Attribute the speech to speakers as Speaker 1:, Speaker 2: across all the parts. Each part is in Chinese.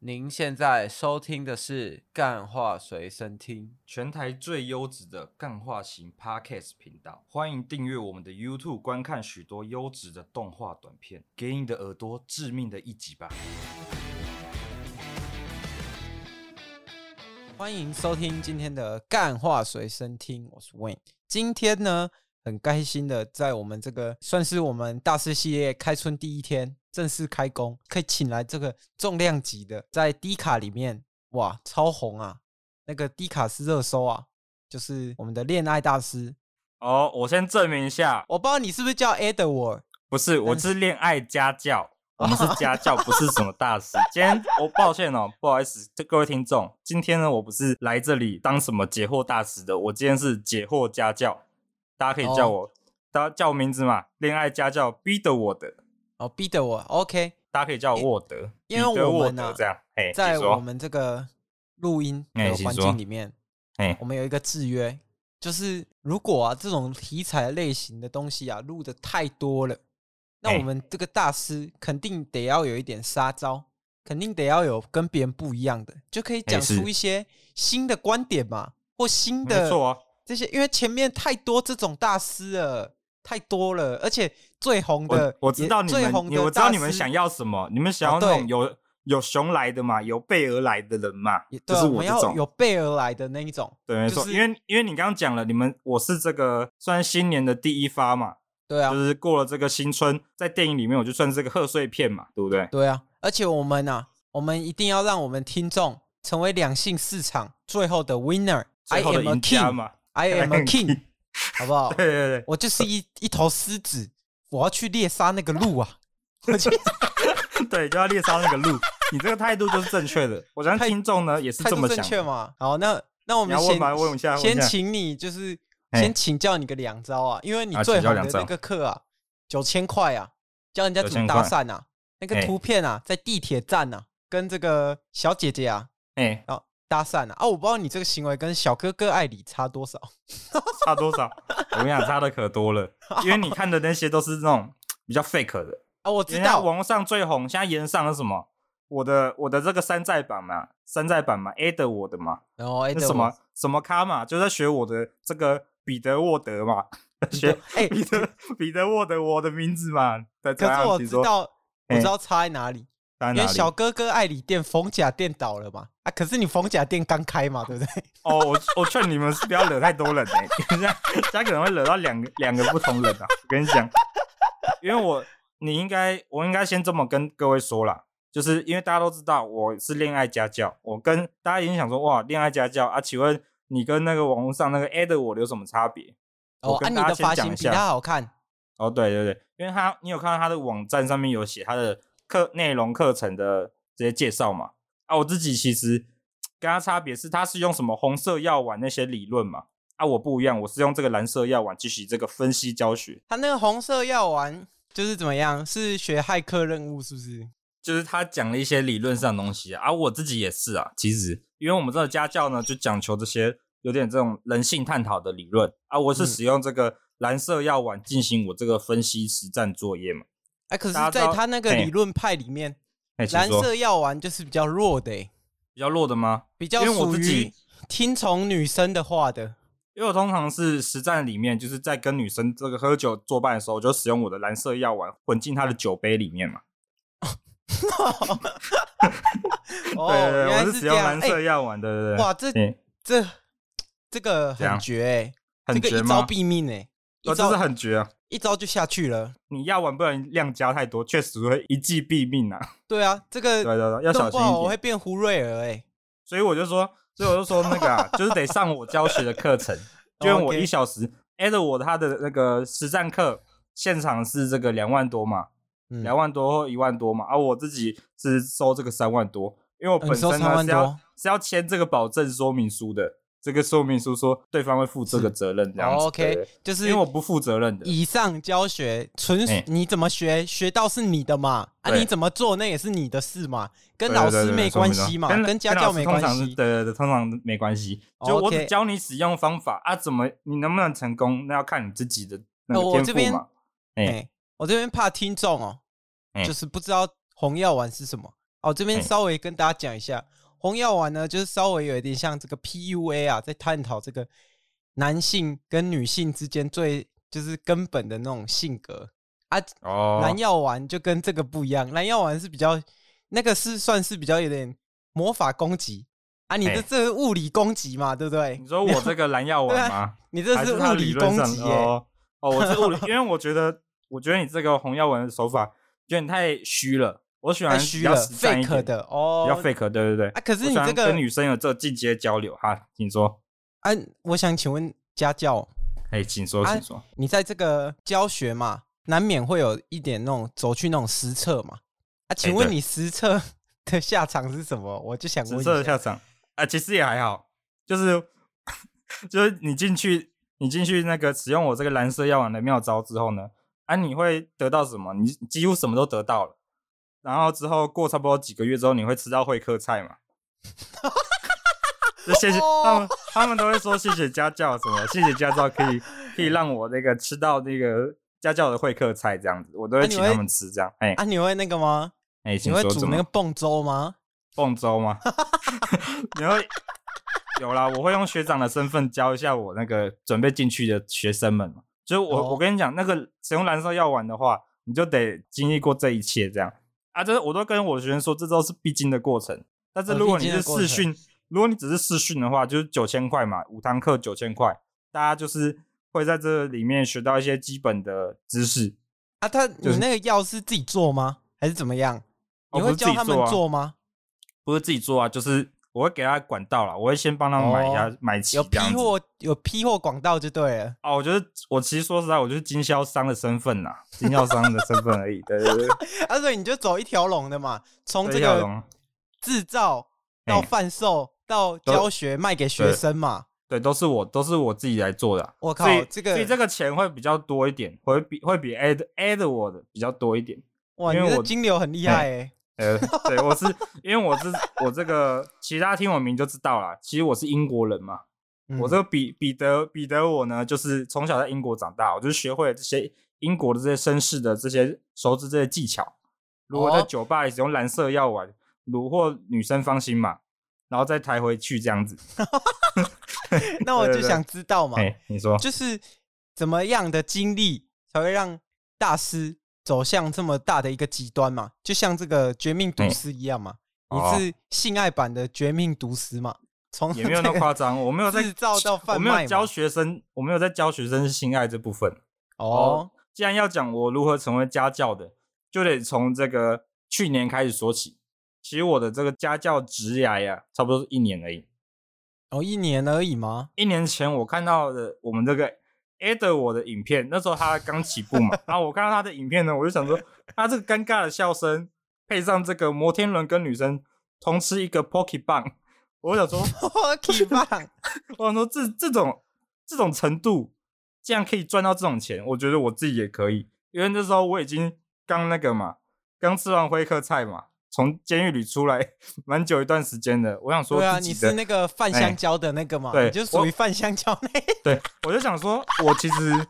Speaker 1: 您现在收听的是《干话随身听
Speaker 2: 全台最优质的干化型 Podcast 频道，欢迎订阅我们的 YouTube，观看许多优质的动画短片，给你的耳朵致命的一击吧！》，
Speaker 1: 欢迎收听今天的《干话随身听》，我是 Wayne。今天呢，很开心的在我们这个算是我们大师系列开春第一天正式开工，可以请来这个重量级的，在 D 卡里面哇超红啊，那个 D 卡是热搜啊，就是我们的恋爱大师。
Speaker 2: 哦，我先证明一下，
Speaker 1: 我不知道你是不是叫 Edward，
Speaker 2: 不是，我是恋爱家教，我们是家教，不是什么大师。今天我抱歉哦，不好意思，这各位听众，今天呢，我不是来这里当什么解惑大师的，我今天是解惑家教，大家可以叫我，大家叫我名字嘛，恋爱家教逼得我的，
Speaker 1: 哦，逼得我 OK。
Speaker 2: 大家可以叫我沃德，
Speaker 1: 因为
Speaker 2: 彼得
Speaker 1: 我
Speaker 2: 沃
Speaker 1: 们
Speaker 2: 德
Speaker 1: 啊
Speaker 2: 这样，哎，
Speaker 1: 在
Speaker 2: 你说
Speaker 1: 我们这个录音
Speaker 2: 哎
Speaker 1: 的
Speaker 2: 请
Speaker 1: 环
Speaker 2: 说
Speaker 1: 境里面，
Speaker 2: 哎
Speaker 1: 我们有一个制约，就是如果啊这种题材类型的东西啊录的太多了，那
Speaker 2: 哎
Speaker 1: 我们这个大师肯定得要有一点杀招，肯定得要有跟别人不一样的，就可以讲
Speaker 2: 是
Speaker 1: 出一些新的观点嘛，或新
Speaker 2: 没
Speaker 1: 的
Speaker 2: 错啊，
Speaker 1: 这些，因为前面太多这种大师了。太多了，而且最红的
Speaker 2: 我我知
Speaker 1: 也
Speaker 2: 道你
Speaker 1: 最
Speaker 2: 们
Speaker 1: 红，
Speaker 2: 你
Speaker 1: 的
Speaker 2: 我知道
Speaker 1: 大
Speaker 2: 你们
Speaker 1: 师
Speaker 2: 想要什么，你们想要
Speaker 1: 哦
Speaker 2: 那
Speaker 1: 对
Speaker 2: 种有有熊来的嘛，有备而来的人嘛
Speaker 1: 也，
Speaker 2: 就
Speaker 1: 对啊、
Speaker 2: 是
Speaker 1: 我们
Speaker 2: 这
Speaker 1: 要
Speaker 2: 种。
Speaker 1: 有备而来的那一种。
Speaker 2: 对，没
Speaker 1: 就
Speaker 2: 错，
Speaker 1: 是
Speaker 2: 因为因为你刚刚讲了，你们我是这个算新年的第一发嘛，
Speaker 1: 对啊，
Speaker 2: 就是过了这个新春，在电影里面我就算是个贺岁片嘛，对不对？
Speaker 1: 对啊，而且我们啊，我们一定要让我们听众成为两性市场最后的 winner。I
Speaker 2: 最后的
Speaker 1: am a
Speaker 2: 赢家
Speaker 1: king,
Speaker 2: 嘛，
Speaker 1: I am a king，
Speaker 2: king
Speaker 1: 好不好
Speaker 2: 对？对
Speaker 1: 我就是 一一头狮子，我要去猎杀那个鹿啊！我去，
Speaker 2: 对对，就要猎杀那个鹿，你这个态度就是正确的。我相
Speaker 1: 态
Speaker 2: 信听众呢也是
Speaker 1: 态
Speaker 2: 这
Speaker 1: 度
Speaker 2: 么
Speaker 1: 正
Speaker 2: 想
Speaker 1: 确
Speaker 2: 的。
Speaker 1: 嘛？好，那那我
Speaker 2: 你
Speaker 1: 们
Speaker 2: 要问吗？问
Speaker 1: 先
Speaker 2: 一下，问一
Speaker 1: 先
Speaker 2: 下
Speaker 1: 请你就是
Speaker 2: 嘿
Speaker 1: 先请教你个两招啊，因为你
Speaker 2: 啊
Speaker 1: 最
Speaker 2: 请教
Speaker 1: 红
Speaker 2: 两
Speaker 1: 的
Speaker 2: 招
Speaker 1: 那个课啊，九千块啊，教人家怎么
Speaker 2: 9000
Speaker 1: 搭
Speaker 2: 块
Speaker 1: 讪啊，那个
Speaker 2: 嘿
Speaker 1: 图片啊，在地铁站啊，跟这个小姐姐啊，
Speaker 2: 哎，
Speaker 1: 然后搭讪啊啊！我不知道你这个行为跟小哥哥爱你差多少。
Speaker 2: 差多少？我跟你讲，差的可 多了，因为你看的那些都是那种比较 fake 的。
Speaker 1: 啊，我知
Speaker 2: 人家
Speaker 1: 道，
Speaker 2: 网络上最红，现在延上是什么？我的我的这个山寨版嘛，山寨版嘛，A 的我的嘛，
Speaker 1: 然后哎，
Speaker 2: 那
Speaker 1: 对
Speaker 2: 什
Speaker 1: 我
Speaker 2: 么什么咖嘛，就在学我的这个彼得沃德嘛， 学
Speaker 1: 哎，
Speaker 2: 彼得彼得沃德我的名字嘛。在
Speaker 1: 可是我知，道，我
Speaker 2: 哎
Speaker 1: 知道差在哪里，
Speaker 2: 因
Speaker 1: 因为小哥哥爱你店逢甲店倒了嘛啊，可是你逢甲店刚开嘛， 对不对？
Speaker 2: 哦，我我劝你们是不要惹太多人哎、欸，这样这样可能会惹到两个两个不同人啊。我跟你讲，因为我你应该我应该先这么跟各位说啦，就是因为大家都知道我是恋爱家教，我跟大家已经想说哇，恋爱家教啊，请问你跟那个网络上那个 ad 我有什么差别？
Speaker 1: 哦，
Speaker 2: 我
Speaker 1: 啊，
Speaker 2: 跟
Speaker 1: 你
Speaker 2: 大家
Speaker 1: 的
Speaker 2: 先
Speaker 1: 发
Speaker 2: 讲
Speaker 1: 型
Speaker 2: 一
Speaker 1: 比
Speaker 2: 下
Speaker 1: 他好看，
Speaker 2: 哦，对对对，因为他你有看到他的网站上面有写他的课内容课程的这些介绍嘛？啊，我自己其实跟他差别是，他是用什么红色药丸那些理论嘛？啊，我不一样，我是用这个蓝色药丸进行这个分析教学，
Speaker 1: 他那个红色药丸就是怎么样？是学骇客任务是不是？
Speaker 2: 就是他讲了一些理论上的东西啊。啊我自己也是啊，其实因为我们这个家教呢，就讲求这些有点这种人性探讨的理论啊。我是
Speaker 1: 嗯
Speaker 2: 使用这个蓝色药丸进行我这个分析实战作业嘛。
Speaker 1: 哎，可是
Speaker 2: 大家知
Speaker 1: 在
Speaker 2: 道
Speaker 1: 他那个
Speaker 2: 嘿
Speaker 1: 理论派里面，
Speaker 2: 哎，请
Speaker 1: 蓝
Speaker 2: 说
Speaker 1: 色药丸就是比较弱的欸，
Speaker 2: 比较弱的吗？
Speaker 1: 比较
Speaker 2: 因为我
Speaker 1: 属
Speaker 2: 自己
Speaker 1: 于听从女生的话的。
Speaker 2: 因为我通常是实战里面，就是在跟女生这个喝酒作伴的时候，我就使用我的蓝色药丸混进她的酒杯里面嘛。
Speaker 1: 哦，原
Speaker 2: 对对对，
Speaker 1: 来
Speaker 2: 我
Speaker 1: 是
Speaker 2: 使
Speaker 1: 这
Speaker 2: 用
Speaker 1: 样。哎
Speaker 2: 蓝色药丸，对对对。
Speaker 1: 哇，这
Speaker 2: 嗯，
Speaker 1: 这这个
Speaker 2: 怎样
Speaker 1: 很绝欸，
Speaker 2: 很
Speaker 1: 这
Speaker 2: 绝
Speaker 1: 个一招
Speaker 2: 吗？
Speaker 1: 毙命哎，一
Speaker 2: 哦，这是
Speaker 1: 招
Speaker 2: 很绝啊！
Speaker 1: 一招就下去了。
Speaker 2: 你药丸不能量加太多，确实会一击毙命啊！
Speaker 1: 对啊，这个
Speaker 2: 对对对，要小
Speaker 1: 弄不
Speaker 2: 心
Speaker 1: 好我
Speaker 2: 一
Speaker 1: 会
Speaker 2: 点。
Speaker 1: 变胡瑞尔哎。
Speaker 2: 所以我就说，所以我就说那个啊，就是得上我教学的课 程，就用我
Speaker 1: 哦 OK
Speaker 2: 一小时。挨着我他的那个实战课，现场是这个两万多嘛，
Speaker 1: 嗯，
Speaker 2: 两万多或一万多嘛，而、我自己是收这个三万多，因为我
Speaker 1: 呃
Speaker 2: 本
Speaker 1: 你
Speaker 2: 身
Speaker 1: 收
Speaker 2: 呢、
Speaker 1: 三万
Speaker 2: 是要
Speaker 1: 多
Speaker 2: 是要签这个保证说明书的，这个说明书说对方会负这个责任这样子。
Speaker 1: 哦，OK
Speaker 2: 对对
Speaker 1: 就是
Speaker 2: 因为我不负责任的，
Speaker 1: 以上教学纯属
Speaker 2: 哎
Speaker 1: 你怎么学，学到是你的嘛，啊，
Speaker 2: 对
Speaker 1: 你怎么做那也是你的事嘛，跟
Speaker 2: 对
Speaker 1: 老
Speaker 2: 对
Speaker 1: 师
Speaker 2: 对
Speaker 1: 没
Speaker 2: 说明
Speaker 1: 关
Speaker 2: 书
Speaker 1: 系嘛，
Speaker 2: 跟
Speaker 1: 家教
Speaker 2: 老师
Speaker 1: 没关
Speaker 2: 通常是
Speaker 1: 系。
Speaker 2: 对对对，通常没关系。
Speaker 1: 哦
Speaker 2: 就我
Speaker 1: OK
Speaker 2: 只教你使用方法啊，怎么你能不能成功，那要看你自己的那
Speaker 1: 呃
Speaker 2: 个
Speaker 1: 我这
Speaker 2: 天
Speaker 1: 边
Speaker 2: 赋嘛。哎
Speaker 1: 哎，我这边怕听众哦，
Speaker 2: 哎
Speaker 1: 就是不知道红药丸是什么。哦，这边
Speaker 2: 嘿
Speaker 1: 稍微跟大家讲一下，红药丸呢，就是稍微有一点像这个 PUA 啊，在探讨这个男性跟女性之间最就是根本的那种性格啊。
Speaker 2: 哦，
Speaker 1: 蓝药丸就跟这个不一样，蓝药丸是比较那个是算是比较有点魔法攻击啊，你这
Speaker 2: 嘿
Speaker 1: 这是物理攻击嘛，对不对
Speaker 2: 你？说我这个蓝药 丸吗？
Speaker 1: 你这
Speaker 2: 还
Speaker 1: 是
Speaker 2: 是
Speaker 1: 物
Speaker 2: 他
Speaker 1: 理
Speaker 2: 理论
Speaker 1: 攻
Speaker 2: 上
Speaker 1: 击耶、
Speaker 2: 哦哦，我这 物理，因为我觉得，我觉得你这个红药丸的手法有点太虚了，我喜欢
Speaker 1: 太
Speaker 2: 比
Speaker 1: 虚
Speaker 2: 较
Speaker 1: 了
Speaker 2: 实战一
Speaker 1: ，fake
Speaker 2: 点，
Speaker 1: 的
Speaker 2: 比
Speaker 1: 哦，
Speaker 2: 较 fake，对对对。
Speaker 1: 啊。可是
Speaker 2: 我
Speaker 1: 你
Speaker 2: 喜欢
Speaker 1: 这个
Speaker 2: 跟女生有这进阶交流哈，请说，
Speaker 1: 啊，我想请问家教，
Speaker 2: 哎，请说，
Speaker 1: 啊
Speaker 2: 请说，
Speaker 1: 你在这个教学嘛，难免会有一点那种走去那种实测嘛啊，请问
Speaker 2: 哎对
Speaker 1: 你实测的下场是什么？我就想问
Speaker 2: 紫
Speaker 1: 一
Speaker 2: 色的
Speaker 1: 下，
Speaker 2: 下场啊，其实也还好，就是 就是你进去，你进去那个使用我这个蓝色药丸的妙招之后呢，啊，你会得到什么？你几乎什么都得到了。然后之后过差不多几个月之后，你会吃到会客 菜嘛？就谢谢
Speaker 1: 哦
Speaker 2: 他们，他们都会说谢谢家教什么，谢谢家教可以可以让我那个吃到那个家教的会客菜这样子，我都
Speaker 1: 啊
Speaker 2: 会
Speaker 1: 你
Speaker 2: 请
Speaker 1: 会
Speaker 2: 他们吃这样。哎
Speaker 1: 啊，你会那个吗？
Speaker 2: 哎，
Speaker 1: 你
Speaker 2: 请
Speaker 1: 会
Speaker 2: 说
Speaker 1: 煮
Speaker 2: 怎
Speaker 1: 那
Speaker 2: 么
Speaker 1: 个蹦粥吗？
Speaker 2: 蹦粥吗？ 然后有啦，我会用学长的身份教一下我那个准备进去的学生们嘛。就是我、
Speaker 1: 哦
Speaker 2: 我跟你讲，那个使用蓝色药丸的话，你就得经历过这一切这样啊。这我都跟我学生说，这都是必经的过程。但是
Speaker 1: 呃
Speaker 2: 如果
Speaker 1: 必
Speaker 2: 你
Speaker 1: 经的
Speaker 2: 是
Speaker 1: 过
Speaker 2: 试训，如果你只是试训的话，就是九千块嘛，五堂课九千块，大家就是会在这里面学到一些基本的知识。
Speaker 1: 啊，他
Speaker 2: 就
Speaker 1: 你
Speaker 2: 是
Speaker 1: 那个药是自己做吗？还是怎么样？
Speaker 2: 哦
Speaker 1: 你
Speaker 2: 不
Speaker 1: 会
Speaker 2: 是自
Speaker 1: 教
Speaker 2: 己
Speaker 1: 他们
Speaker 2: 做啊
Speaker 1: 做吗？
Speaker 2: 不是自己做啊，就是我会给他管道啦，我会先帮他们买一下、
Speaker 1: 哦
Speaker 2: 买齐
Speaker 1: 有
Speaker 2: 这样
Speaker 1: 批
Speaker 2: 子。
Speaker 1: 货，有批货广告就对了。
Speaker 2: 哦，我觉得我其实说实在，我就是经销商的身份呐，经销商的身份而已。对对 对，
Speaker 1: 啊，所以你就走一条龙的嘛，从这
Speaker 2: 对耀
Speaker 1: 个
Speaker 2: 龙
Speaker 1: 制造到
Speaker 2: 嘿
Speaker 1: 贩售到
Speaker 2: 都
Speaker 1: 教学，卖给学
Speaker 2: 对
Speaker 1: 生嘛。
Speaker 2: 对，都是我，都是我自己来做的啊、
Speaker 1: 我靠
Speaker 2: 所以，
Speaker 1: 这个
Speaker 2: 所以这个钱会比较多一点，会比会比 ad ad 我的比较多一点。
Speaker 1: 哇，你
Speaker 2: 因为
Speaker 1: 这
Speaker 2: 我
Speaker 1: 金流很厉害哎。
Speaker 2: 呃，对，我是因为我是我这个，其实大家听我名就知道啦。其实我是英国人嘛，
Speaker 1: 嗯
Speaker 2: 我这个彼彼得彼得我呢，就是从小在英国长大，我就学会了这些英国的这些绅士的这些熟知这些技巧。如何在
Speaker 1: 哦
Speaker 2: 酒吧里使用蓝色药丸虏获女生芳心嘛，然后再抬回去这样子。
Speaker 1: 那我
Speaker 2: 对
Speaker 1: 就
Speaker 2: 对对
Speaker 1: 想知道嘛，
Speaker 2: 哎、你说
Speaker 1: 就是怎么样的经历才会让大师走向这么大的一个极端嘛？就像这个《绝命毒
Speaker 2: 嘿
Speaker 1: 师》一样嘛，
Speaker 2: 哦
Speaker 1: 你是性爱版的《绝命毒师》嘛？从
Speaker 2: 也没有那
Speaker 1: 这
Speaker 2: 么
Speaker 1: 个
Speaker 2: 夸张，我没 有在
Speaker 1: 制造到贩
Speaker 2: 我没
Speaker 1: 卖
Speaker 2: 有
Speaker 1: 嘛
Speaker 2: 教学生，我没有在教学生性爱这部分。
Speaker 1: 哦，
Speaker 2: 既然要讲我如何成为家教的，就得从这个去年开始说起。其实我的这个家教职涯呀，差不多是一年而已。
Speaker 1: 哦，一年而已 吗？
Speaker 2: 一年前我看到的我们这个 Ada 我的影片，那时候他刚起步嘛，然后我看到他的影片呢，我就想说，他这个尴尬的笑声配上这个摩天轮跟女生同吃一个 Pocky 棒，我想说，
Speaker 1: 我 k 棒，
Speaker 2: 我想说这这种这种程度，竟然可以赚到这种钱，我觉得我自己也可以，因为那时候我已经刚那个嘛，刚吃完灰客菜嘛，从监狱里出来 蛮久一段时间的，我想说
Speaker 1: 对啊，
Speaker 2: 自
Speaker 1: 你
Speaker 2: 己
Speaker 1: 是
Speaker 2: 的
Speaker 1: 那个泛
Speaker 2: 哎
Speaker 1: 香蕉的那个嘛，
Speaker 2: 对
Speaker 1: 你就属于
Speaker 2: 我
Speaker 1: 泛香蕉那一
Speaker 2: 对，我就想说，我其实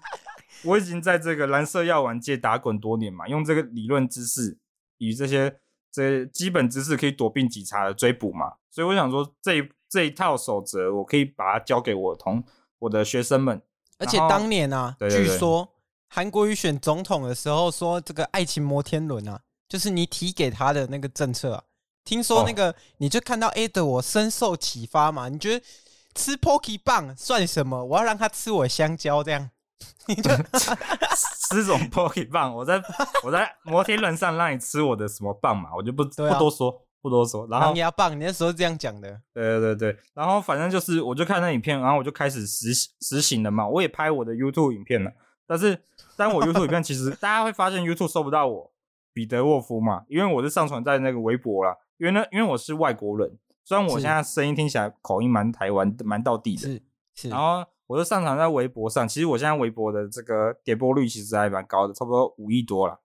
Speaker 2: 我已经在这个蓝色药丸界打滚多年嘛，用这个理论知识与这些这些基本知识可以躲避警察的追捕嘛，所以我想说这一这一套守则，我可以把它教给我同我的学生们。
Speaker 1: 而且
Speaker 2: 然后
Speaker 1: 当年啊，
Speaker 2: 对对对
Speaker 1: 据说韩国瑜选总统的时候说，这个爱情摩天轮啊，就是你提给他的那个政策啊。听说
Speaker 2: 哦
Speaker 1: 那个，你就看到 A 的我深受启发嘛，你觉得吃 Pocky 棒算什么？我要让他吃我香蕉，这样你就
Speaker 2: 吃这种 poke 棒，我在我在摩天轮上让你吃我的什么棒嘛，我就不、
Speaker 1: 对啊
Speaker 2: 不多说不多说。然后
Speaker 1: 狼牙棒，你那时候这样讲的。
Speaker 2: 对对对，然后反正就是，我就看那影片，然后我就开始实行实行了嘛。我也拍我的 YouTube 影片了，但是但 我 YouTube 影片其实大家会发现 YouTube 搜不到我彼得沃夫嘛，因为我是上传在那个微博啦，因为呢，因为我是外国人，虽然我
Speaker 1: 是
Speaker 2: 现在声音听起来口音蛮台湾蛮到地的，
Speaker 1: 是是，哦
Speaker 2: 然后我就上传在微博上，其实我现在微博的这个点播率其实还蛮高的，差不多五亿多了，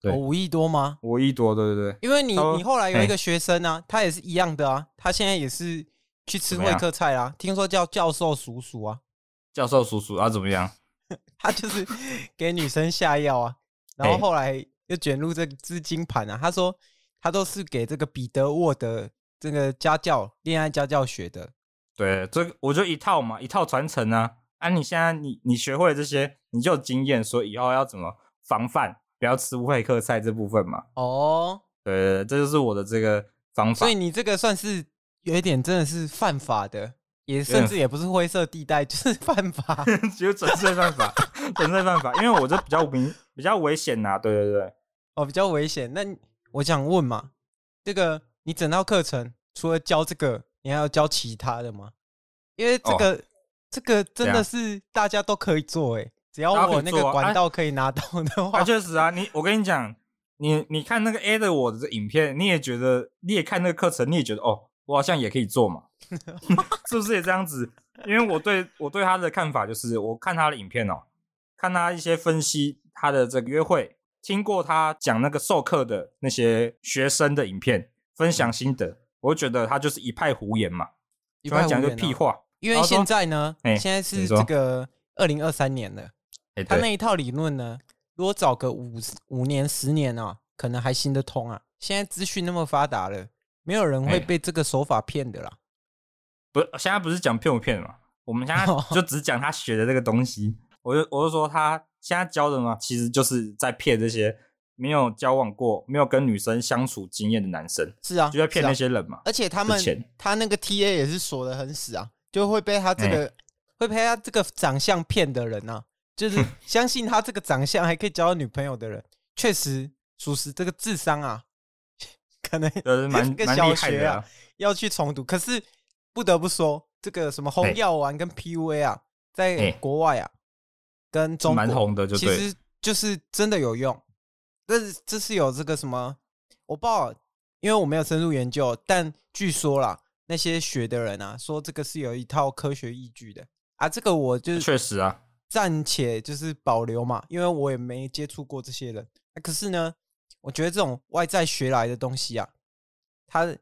Speaker 2: 对
Speaker 1: 我五亿多吗？
Speaker 2: 五亿多，对对对，
Speaker 1: 因为你
Speaker 2: 哦
Speaker 1: 你后来有一
Speaker 2: 嘿
Speaker 1: 个学生啊，他也是一样的啊，他现在也是去吃
Speaker 2: 怎么
Speaker 1: 会
Speaker 2: 样
Speaker 1: 客菜啦，听说叫教授叔叔啊。
Speaker 2: 教授叔叔啊怎么样？
Speaker 1: 他就是 给女生下药啊，然后
Speaker 2: 嘿
Speaker 1: 后来又卷入这个资金盘啊。他说他都是给这个彼得沃德这个家教恋爱家教学的。
Speaker 2: 对，这个我就一套嘛，一套传承啊。啊，你现在你你学会了这些，你就有经验，所以以后要怎么防范，不要吃乌黑克菜这部分嘛。
Speaker 1: 哦，
Speaker 2: 对，这就是我的这个方法
Speaker 1: 所以。你这个算是有一点真的是犯法的，也
Speaker 2: 点
Speaker 1: 甚至也不是灰色地带，就是 犯法。
Speaker 2: 只有准确办法， 准确办法，因为我这比较明，比较危险呐、对对对，
Speaker 1: 哦，比较危险。那你我想问嘛，这个你整套课程除了教这个，你还要教其他的吗？因为这
Speaker 2: 哦
Speaker 1: 个、这个真
Speaker 2: 怎
Speaker 1: 的
Speaker 2: 样
Speaker 1: 是大家都可以做、欸，只要
Speaker 2: 大家可以
Speaker 1: 我那个
Speaker 2: 做啊
Speaker 1: 管
Speaker 2: 哎
Speaker 1: 道可以拿到的话，
Speaker 2: 啊，确实啊，你我跟你讲，你你看那个 A 的我的这影片，你也觉得，你也看那个课程，你也觉得，哦，我好像也可以 做嘛，是不是也这样子？因为我对我对他的看法就是，我看他的影片哦，看他一些分析他的这个约会，听过他讲那个授课的那些学生的影片，分享心得，我就觉得他就是一派胡言嘛，
Speaker 1: 一
Speaker 2: 就他
Speaker 1: 般
Speaker 2: 讲个屁。话。
Speaker 1: 啊因为
Speaker 2: 然后说
Speaker 1: 现在呢，
Speaker 2: 哎
Speaker 1: 现在是
Speaker 2: 你说
Speaker 1: 这个二零二三年了，
Speaker 2: 哎、
Speaker 1: 他
Speaker 2: 对。
Speaker 1: 那一套理论呢，如果早个五五年、十年啊，可能还行得通啊。现在资讯那么发达了，没有人会
Speaker 2: 哎
Speaker 1: 被这个手法骗的啦。
Speaker 2: 不，现在不是讲骗不骗嘛，我们现在
Speaker 1: 哦
Speaker 2: 就只讲他学的这个东西。我就我就说他现在教的嘛，其实就是在骗这些没有交往过、没有跟女生相处经验的男生，
Speaker 1: 是啊，
Speaker 2: 就在骗
Speaker 1: 是啊
Speaker 2: 那些人嘛。
Speaker 1: 而且他
Speaker 2: 之
Speaker 1: 们
Speaker 2: 前
Speaker 1: 他那个 TA 也是锁的很死啊，就会被他这
Speaker 2: 哎
Speaker 1: 个、会被他这个长相骗的人啊，就是相信他这个长相还可以交到女朋友的人，确实属实这个智商啊， 可能
Speaker 2: 呃，蛮
Speaker 1: 这个
Speaker 2: 蛮
Speaker 1: 小
Speaker 2: 厉害
Speaker 1: 学
Speaker 2: 的
Speaker 1: 啊
Speaker 2: 啊。
Speaker 1: 要去重读。可是不得不说，这个什么
Speaker 2: 哎
Speaker 1: 红药丸跟 PUA 啊，在
Speaker 2: 哎
Speaker 1: 国外啊，跟中
Speaker 2: 蛮
Speaker 1: 国啊
Speaker 2: 红的就
Speaker 1: 其
Speaker 2: 对
Speaker 1: 实就是真的有用。但是这是有这个什么，我不知道，因为我没有深入研究，但据说啦，那些学的人啊，说这个是有一套科学依据的啊。这个我就
Speaker 2: 确实啊，
Speaker 1: 暂且就是保留嘛，因为我也没接触过这些人。啊可是呢，我觉得这种外在学来的东西啊，它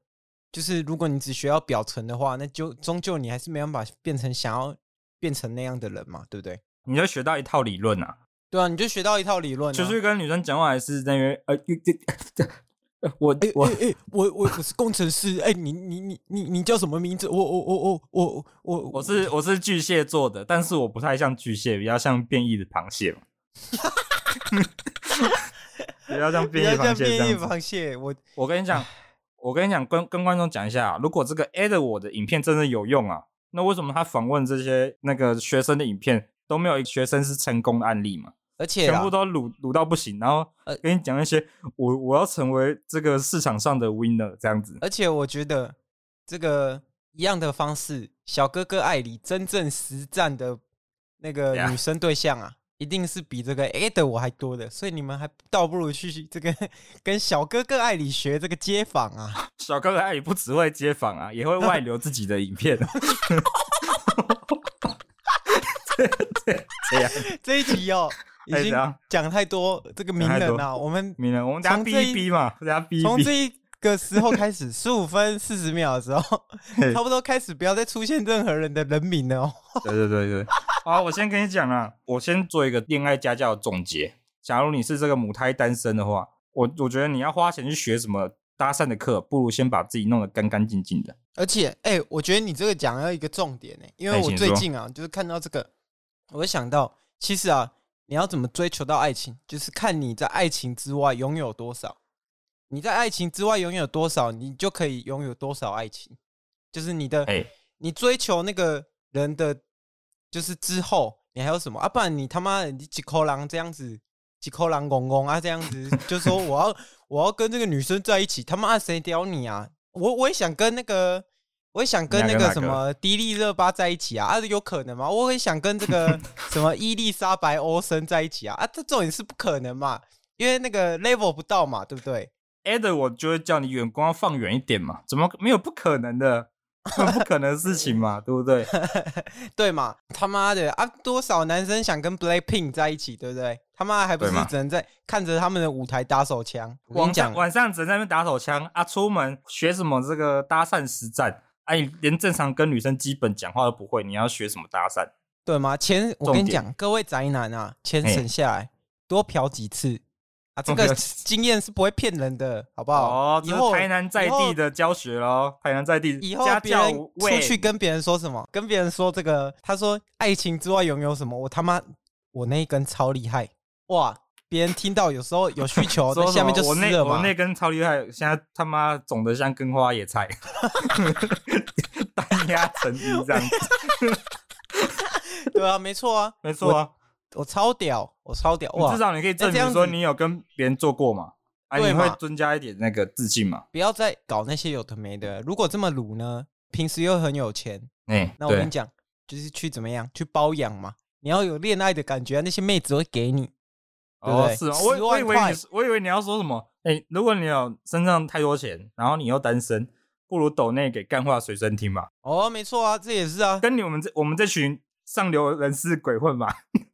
Speaker 1: 就是如果你只学到表层的话，那就终究你还是没办法变成想要变成那样的人嘛，对不对？
Speaker 2: 你就学到一套理论啊，
Speaker 1: 对啊，你就学到一套理论啊、
Speaker 2: 就是跟女生讲话还是那边呃，又又 我
Speaker 1: 哎
Speaker 2: 我
Speaker 1: 哎哎，我我我是工程师，哎、你你你你你叫什么名字？我我我我我我
Speaker 2: 我是我是巨蟹座的，但是我不太像巨蟹，比较像变异的螃蟹嘛， 比较像
Speaker 1: 不
Speaker 2: 变
Speaker 1: 要
Speaker 2: 异螃
Speaker 1: 叫
Speaker 2: 蟹这
Speaker 1: 变异
Speaker 2: 样子。
Speaker 1: 螃蟹，我
Speaker 2: 我跟你讲，我跟你讲，跟跟观众讲一下啊，如果这个 a d 我的影片真的有用啊，那为什么他访问这些那个学生的影片都没有一个学生是成功的案例嘛？
Speaker 1: 而且
Speaker 2: 全
Speaker 1: 啦
Speaker 2: 部都卤卤到不行，然后
Speaker 1: 啊呃
Speaker 2: 跟你讲一些我我要成为这个市场上的 winner 这样子。
Speaker 1: 而且我觉得这个一样的方式，小哥哥艾里真正实战的那
Speaker 2: 对
Speaker 1: 个
Speaker 2: 啊
Speaker 1: 女生对象啊，一定是比这个 A 的我还多的，所以你们还倒不如去这个跟小哥哥艾里学这个街访啊。
Speaker 2: 小哥哥爱不只会街访啊，也会外流自己的影片。哦 对对，这样
Speaker 1: 这一集哦，已
Speaker 2: 哎
Speaker 1: 经
Speaker 2: 怎样
Speaker 1: 讲太多这个名
Speaker 2: 讲
Speaker 1: 人
Speaker 2: 太
Speaker 1: 啊，我们
Speaker 2: 明人，我们等下
Speaker 1: 从
Speaker 2: 逼
Speaker 1: 这一
Speaker 2: 一逼嘛，等下逼一
Speaker 1: 从
Speaker 2: 逼。
Speaker 1: 这一个时候开始，十五分四十秒的时候，
Speaker 2: 嘿
Speaker 1: 差不多开始不要再出现任何人的人名了哦。
Speaker 2: 对对对对，好，我先跟你讲啊，我先做一个恋爱家教总结。假如你是这个母胎单身的话，我我觉得你要花钱去学什么搭讪的课，不如先把自己弄得干干净净的。
Speaker 1: 而且，哎、我觉得你这个讲到一个重点呢、因为
Speaker 2: 哎
Speaker 1: 我
Speaker 2: 请
Speaker 1: 最
Speaker 2: 说
Speaker 1: 近啊，就是看到这个，我就想到，其实啊，你要怎么追求到爱情，就是看你在爱情之外拥有多少。你在爱情之外拥有多少，你就可以拥有多少爱情。就是你的，
Speaker 2: 哎、
Speaker 1: 你追求那个人的，就是之后你还有什么啊？不然你他妈的你几口狼这样子，几口狼公公啊这样子，就说我要我要跟这个女生在一起，他妈的谁屌你啊？我我也想跟那个，我也想跟那
Speaker 2: 你要跟
Speaker 1: 个
Speaker 2: 哪
Speaker 1: 什
Speaker 2: 个
Speaker 1: 么迪丽热巴在一起啊啊，有可能吗？我也想跟这 个什么伊丽莎白·欧森在一起啊啊，这这种也是不可能嘛，因为那个 level 不到嘛，对不对？
Speaker 2: a d 我就会叫你远光放远一点嘛，怎么没有不可能的？ 没有不可能的事情嘛，对不对？
Speaker 1: 对嘛？他妈的啊，多少男生想跟 Blackpink 在一起，对不对？他妈还不是
Speaker 2: 对嘛
Speaker 1: 只能在看着他们的舞台打手枪？我跟你
Speaker 2: 晚上
Speaker 1: 讲，
Speaker 2: 晚上只能在那边打手枪啊，出门学什么这个搭讪实战？哎、你连正常跟女生基本讲话都不会，你要学什么搭讪？
Speaker 1: 对吗？钱，我跟
Speaker 2: 重
Speaker 1: 你
Speaker 2: 点
Speaker 1: 讲，各位宅男啊，钱
Speaker 2: 嘿
Speaker 1: 省下来，多嫖几次，啊，这
Speaker 2: 没
Speaker 1: 个
Speaker 2: 有
Speaker 1: 经验是不会骗人的，好不好？
Speaker 2: 哦，
Speaker 1: 以
Speaker 2: 这
Speaker 1: 后
Speaker 2: 是台南在
Speaker 1: 以后
Speaker 2: 地的教学咯，台南在地
Speaker 1: 以后
Speaker 2: 家
Speaker 1: 别
Speaker 2: 教
Speaker 1: 人
Speaker 2: 无
Speaker 1: 出去
Speaker 2: 畏
Speaker 1: 跟别人说什么？跟别人说这个，他说爱情之外拥有什么？我他妈我那一根超厉害哇！别人听到有时候有需求，
Speaker 2: 说
Speaker 1: 那哦
Speaker 2: 什
Speaker 1: 下面就
Speaker 2: 么我
Speaker 1: 湿
Speaker 2: 那
Speaker 1: 了
Speaker 2: 我
Speaker 1: 嘛。
Speaker 2: 那根超厉害，现在他妈肿得像根花 野菜，单压成一这样子，
Speaker 1: 对啊，没错啊，
Speaker 2: 没错啊。
Speaker 1: 我超屌，我超屌
Speaker 2: 你
Speaker 1: 哇哎
Speaker 2: 至！少你可以证
Speaker 1: 这样
Speaker 2: 明说
Speaker 1: 子
Speaker 2: 你有跟别人做过嘛，啊，
Speaker 1: 对
Speaker 2: 你
Speaker 1: 嘛
Speaker 2: 会增加一点那个自信嘛。
Speaker 1: 不要再搞那些有的没的。如果这么鲁呢，平时又很有钱，
Speaker 2: 哎、
Speaker 1: 那我跟你
Speaker 2: 对，
Speaker 1: 讲，就是去怎么样，去包养嘛。你要有恋爱的感觉啊，那些妹子会给你。对不
Speaker 2: 哦，
Speaker 1: 对
Speaker 2: 是吗？
Speaker 1: 10
Speaker 2: 我我以
Speaker 1: 万
Speaker 2: 为
Speaker 1: 块
Speaker 2: 你是，我以为你要说什么？哎、如果你有身上太多钱，然后你又单身，不如抖内给干话随身听嘛，
Speaker 1: 哦，没错啊，这也是啊，
Speaker 2: 跟你我们这我们这群上流人士鬼混嘛。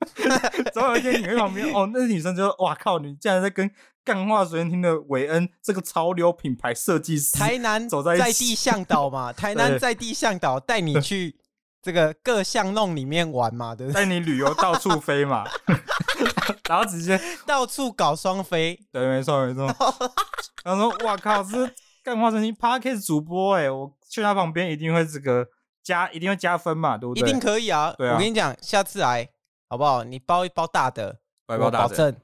Speaker 2: 总有一天你会旁边哦，那女生就哇靠，你竟然在跟干话随身听的韦恩这个潮流品牌设计师
Speaker 1: 台南
Speaker 2: 走在一
Speaker 1: 地
Speaker 2: 起
Speaker 1: 向导 嘛，台南
Speaker 2: 对
Speaker 1: 在地向导带你去这个各巷弄里面玩嘛，对不对？
Speaker 2: 带你旅游到处飞嘛， 然后直接
Speaker 1: 到处搞双飞，
Speaker 2: 对，没 错没错。然后说，哇靠，这是干花神经 Parkes 主播哎、我去他旁边一定会这个加，一定会加分嘛，对不
Speaker 1: 一
Speaker 2: 对？
Speaker 1: 定可以啊！
Speaker 2: 对啊
Speaker 1: 我跟你讲，下次来好不好？你包一包大的，
Speaker 2: 外
Speaker 1: 我
Speaker 2: 包大
Speaker 1: 保
Speaker 2: 神，
Speaker 1: 证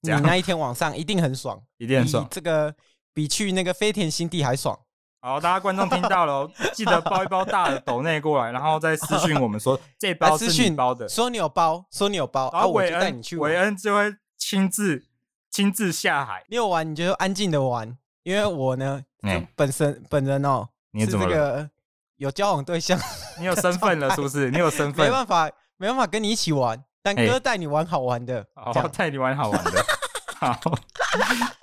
Speaker 1: 你
Speaker 2: 怎样
Speaker 1: 那一天晚上一定很爽，
Speaker 2: 一定很
Speaker 1: 比
Speaker 2: 爽。
Speaker 1: 这个比去那个飞田新地还爽。
Speaker 2: 好，大家观众听到了哦，记得包一包大的斗内过来，然后再私讯我 们说这包
Speaker 1: 啊私
Speaker 2: 是你
Speaker 1: 讯
Speaker 2: 包的，
Speaker 1: 说你有包，说你有包，
Speaker 2: 然
Speaker 1: 啊，
Speaker 2: 后
Speaker 1: 我
Speaker 2: 韦
Speaker 1: 就带你
Speaker 2: 恩
Speaker 1: 去
Speaker 2: 韦
Speaker 1: 玩。
Speaker 2: 恩就会亲自亲自下海。
Speaker 1: 你有玩你就安静的玩，因为我呢，
Speaker 2: 哎
Speaker 1: 就本身本人哦，
Speaker 2: 你
Speaker 1: 是
Speaker 2: 怎
Speaker 1: 这
Speaker 2: 么了？
Speaker 1: 个有交往对 象。
Speaker 2: 你有身份了是不是？你有身
Speaker 1: 没
Speaker 2: 份，
Speaker 1: 办法，没办法跟你一起玩，但
Speaker 2: 哎哦
Speaker 1: 哥带你玩好玩的。
Speaker 2: 好
Speaker 1: 这，样
Speaker 2: 带你玩好玩的。好，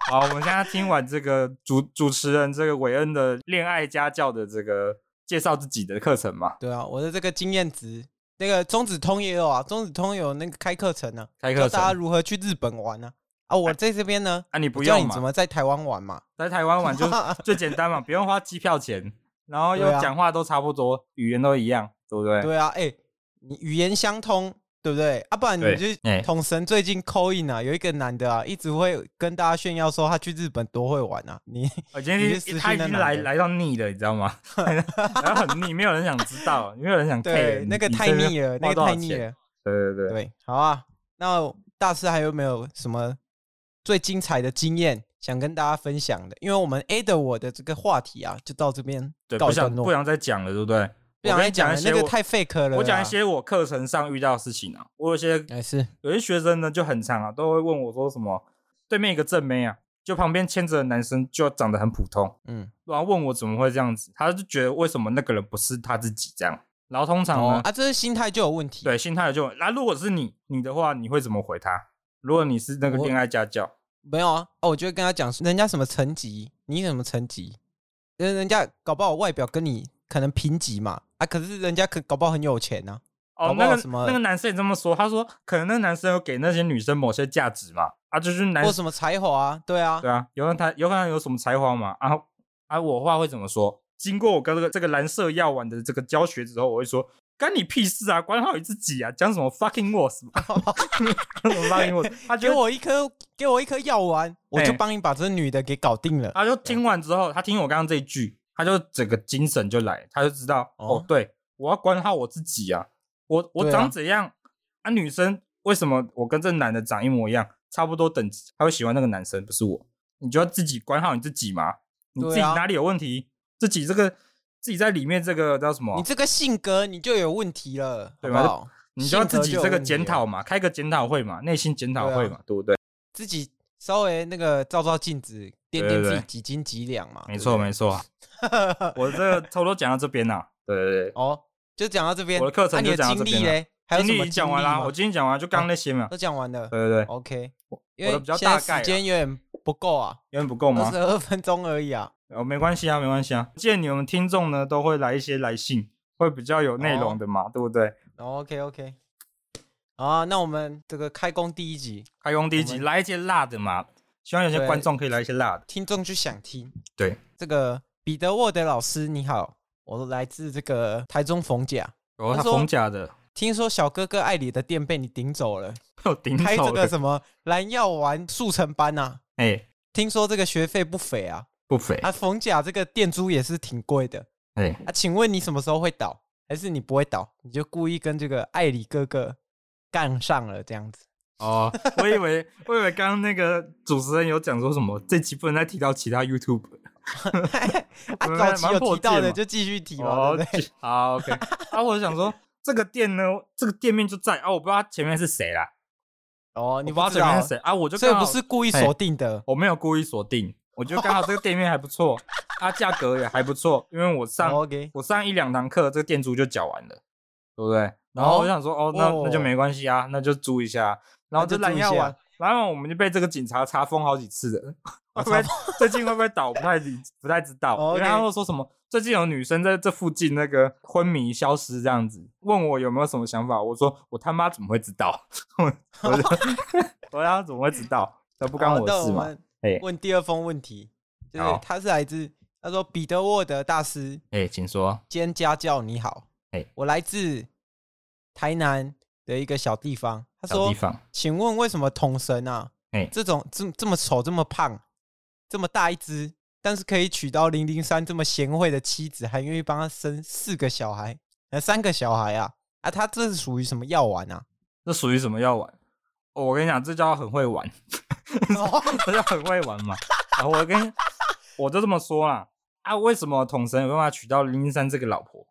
Speaker 2: 好，我们现在听完这个主主持人这个韦恩的恋爱家教的这个介绍自己的课程嘛，
Speaker 1: 对啊，我的这个经验值，那个中子通也有啊，中子通有那个开课程呢、
Speaker 2: 开
Speaker 1: 啊，
Speaker 2: 课
Speaker 1: 教
Speaker 2: 程
Speaker 1: 大家如何去日本玩呢、啊。啊，我在这边呢，
Speaker 2: 啊，你
Speaker 1: 我
Speaker 2: 不
Speaker 1: 教
Speaker 2: 用
Speaker 1: 你怎
Speaker 2: 嘛，
Speaker 1: 么在台湾玩嘛。
Speaker 2: 在台湾玩就是 最简单嘛，不用花机票钱，然后又
Speaker 1: 对啊
Speaker 2: 讲话都差不多，语言都一样，对不对？
Speaker 1: 对啊，哎、你语言相通，对不对？啊，不然你
Speaker 2: 对哎
Speaker 1: 就统神最近 call in 啊，有一个男的啊，一直会跟大家炫耀说他去日本多会玩啊。 你
Speaker 2: 我今
Speaker 1: 你
Speaker 2: 天
Speaker 1: 是私
Speaker 2: 他已
Speaker 1: 讯的
Speaker 2: 经
Speaker 1: 男
Speaker 2: 来
Speaker 1: 的
Speaker 2: 来到腻了，你知道吗？ 然后很腻，没有人想知道，没有人想 care
Speaker 1: 对
Speaker 2: 你。
Speaker 1: 那个
Speaker 2: 你
Speaker 1: 太
Speaker 2: 这边
Speaker 1: 腻了，
Speaker 2: 花
Speaker 1: 那个
Speaker 2: 多少
Speaker 1: 太腻
Speaker 2: 钱
Speaker 1: 了。
Speaker 2: 对对对，
Speaker 1: 对，好啊。那大师还有没有什么最精彩的经验想跟大家分享的？因为我们 A 的我的这个话题啊，就到这边
Speaker 2: 对
Speaker 1: 告
Speaker 2: 不
Speaker 1: 一段
Speaker 2: 想
Speaker 1: 落。
Speaker 2: 不想再讲了，对不对？
Speaker 1: 不
Speaker 2: 我
Speaker 1: 想
Speaker 2: 跟
Speaker 1: 再
Speaker 2: 你
Speaker 1: 讲
Speaker 2: 讲一
Speaker 1: 了，
Speaker 2: 些
Speaker 1: 那个
Speaker 2: 我
Speaker 1: 太 fake 了。
Speaker 2: 我讲一，些我课程上遇到的事情啊，我有些
Speaker 1: 哎是，
Speaker 2: 有些学生呢就很常啊，都会问我说什么，对面一个正妹啊，就旁边牵着的男生就长得很普通，
Speaker 1: 嗯，
Speaker 2: 然后问我怎么会这样子，他就觉得为什么那个人不是他自己这样，然后通常呢，
Speaker 1: 哦啊，这是心态就有问题。
Speaker 2: 对心态就，那、如果是你你的话，你会怎么回他？如果你是那个
Speaker 1: 我
Speaker 2: 恋爱家教，
Speaker 1: 没有啊，哦，我就会跟他讲，人家什么层级，你什么层级，人人家搞不好外表跟你可能平级嘛，啊，可是人家可搞不好很有钱啊呐、搞
Speaker 2: 哦，
Speaker 1: 不好
Speaker 2: 那个
Speaker 1: 什么
Speaker 2: 那个男生也这么说，他说可能那个男生有给那些女生某些价值嘛，啊，就是
Speaker 1: 啊，
Speaker 2: 男
Speaker 1: 或什么才华、啊，对啊，
Speaker 2: 对啊，有看他有看他有什么才华嘛？啊啊，我话会怎么说？经过我跟这个这个蓝色药丸的这个教学之后，我会说干你屁事啊，管好你自己啊，讲什么 fucking words 嘛， 讲什么 fucking words？他
Speaker 1: 给
Speaker 2: 就
Speaker 1: 我一颗，给我一颗药丸，我就
Speaker 2: 哎啊
Speaker 1: 帮你把这女的给搞定了。
Speaker 2: 他就听完之后，他听我刚刚这一句，他就整个精神就来，他就知道哦
Speaker 1: 哦
Speaker 2: 对我要管好我自己啊，我我
Speaker 1: 对啊
Speaker 2: 长怎样啊女生为什么我跟这男的长一模一样，差不多等级，他会喜欢那个男生，不是我，你就要自己管好你自己嘛，你
Speaker 1: 对啊
Speaker 2: 自己哪里有问题，自己这个自己在里面这个叫什么
Speaker 1: 你
Speaker 2: 啊，
Speaker 1: 这个性格你就有问题了，
Speaker 2: 对
Speaker 1: 好
Speaker 2: 吧
Speaker 1: 不好？
Speaker 2: 你就要自
Speaker 1: 性
Speaker 2: 己
Speaker 1: 格就有
Speaker 2: 这个
Speaker 1: 问题啊
Speaker 2: 检讨嘛，开个检讨会嘛，内心检讨
Speaker 1: 对啊
Speaker 2: 会嘛，对不对？
Speaker 1: 自己稍微那个照照镜子，掂
Speaker 2: 对
Speaker 1: 掂
Speaker 2: 对
Speaker 1: 自己
Speaker 2: 对
Speaker 1: 几斤几两嘛。
Speaker 2: 没错没
Speaker 1: 错。
Speaker 2: 错，啊我这个差不多讲到这边啦，对对对。
Speaker 1: 哦，就讲到这 边。
Speaker 2: 我的课程
Speaker 1: 啊你
Speaker 2: 就
Speaker 1: 的
Speaker 2: 讲到
Speaker 1: 经
Speaker 2: 这边
Speaker 1: 历
Speaker 2: 了
Speaker 1: 嘞，还有
Speaker 2: 经
Speaker 1: 什
Speaker 2: 历已
Speaker 1: 么
Speaker 2: 经讲完
Speaker 1: 经历
Speaker 2: 啦，
Speaker 1: 吗哦
Speaker 2: 我今天讲完就刚刚那些嘛，
Speaker 1: 都讲完了。
Speaker 2: 对对对，
Speaker 1: OK，因
Speaker 2: 我的
Speaker 1: 为
Speaker 2: 比较
Speaker 1: 现在
Speaker 2: 大概啊
Speaker 1: 时间有点不够啊，
Speaker 2: 有点不够
Speaker 1: 二
Speaker 2: 吗
Speaker 1: 十？二分钟而已啊。
Speaker 2: 哦，没关系啊，没关系啊。见你们听众呢，都会来一些来信，会比较有内容的
Speaker 1: 哦
Speaker 2: 嘛，对不对？
Speaker 1: OK OK，好啊，那我们这个开工第一集，
Speaker 2: 开工第一集
Speaker 1: 我们
Speaker 2: 来一些辣的嘛，希望有些
Speaker 1: 对
Speaker 2: 观众可以来一些辣的。
Speaker 1: 听众就想听。
Speaker 2: 对，
Speaker 1: 这个彼得沃德老师你好，我来自这个台中逢甲。
Speaker 2: 哦，
Speaker 1: 他
Speaker 2: 他
Speaker 1: 说
Speaker 2: 逢甲的，
Speaker 1: 听说小哥哥爱你的店被你顶走了，
Speaker 2: 我顶
Speaker 1: 开这
Speaker 2: 手
Speaker 1: 个
Speaker 2: 了。
Speaker 1: 什么蓝药丸速成班啊，
Speaker 2: 哎、
Speaker 1: 听说这个学费不菲啊。
Speaker 2: 不菲。
Speaker 1: 啊，冯甲这个店租也是挺贵的
Speaker 2: 哎、
Speaker 1: 啊。请问你什么时候会倒？还是你不会倒？你就故意跟这个艾里哥哥干上了这样子？
Speaker 2: 哦， 我以为我以为刚刚那个主持人有讲说什么，这期不能再提到其他 YouTube。
Speaker 1: 啊，
Speaker 2: 蛮
Speaker 1: 早期有
Speaker 2: 蛮破
Speaker 1: 提到
Speaker 2: 戒
Speaker 1: 的
Speaker 2: 嘛
Speaker 1: 就继续提嘛，
Speaker 2: 哦
Speaker 1: 对不对？，
Speaker 2: 好 OK。啊，我想说这个店呢，这个店面就在啊，我不知道它前面是谁啦，
Speaker 1: 哦，你
Speaker 2: 我不知道
Speaker 1: 知
Speaker 2: 前面
Speaker 1: 道
Speaker 2: 是，谁啊，我就
Speaker 1: 所以
Speaker 2: 刚
Speaker 1: 不
Speaker 2: 好
Speaker 1: 是故意
Speaker 2: 嘿
Speaker 1: 锁定的。
Speaker 2: 我没有故意锁定，我觉得刚好这个店面还不错， 啊，价格也还不错，因为我上、
Speaker 1: 哦 OK，
Speaker 2: 我上一两堂课，这个店租就缴完了，对不对？然后我想说，哦，那那就没关系啊，那就租一下。然后
Speaker 1: 那就租
Speaker 2: 这
Speaker 1: 一
Speaker 2: 蓝
Speaker 1: 下
Speaker 2: 药丸，蓝药丸我们就被这个警察查封好几次了。会不会最近会不会倒？不太理不太知道。
Speaker 1: 哦
Speaker 2: 因为他们说什么最近有女生在这附近那个昏迷消失这样子，问我有没有什么想法，我说我他妈怎么会知道？ 我我说我他妈怎么会知道？这不干
Speaker 1: 好
Speaker 2: 我
Speaker 1: 那
Speaker 2: 事嘛。
Speaker 1: 们
Speaker 2: 哎
Speaker 1: 问第二封问题，就是
Speaker 2: 好
Speaker 1: 他是来自他说彼得沃德大师
Speaker 2: 哎，请说。
Speaker 1: 兼家教你好，
Speaker 2: 哎
Speaker 1: 我来自台南的一个小地方。他
Speaker 2: 小
Speaker 1: 说
Speaker 2: 地，方，
Speaker 1: 请问为什么童神啊，
Speaker 2: 哎
Speaker 1: 这种这这么丑、这么胖、这么大一只，但是可以娶到零零三这么贤惠的妻子，还愿意帮他生四个小孩，呃，三个小孩啊？啊，他这是属于什么药丸 啊？
Speaker 2: 这属于什么药丸？哦我跟你讲，这叫很会玩，这叫很会玩嘛。啊，我跟我就这么说啦。啊，为什么统神有办法娶到林一山这个老婆？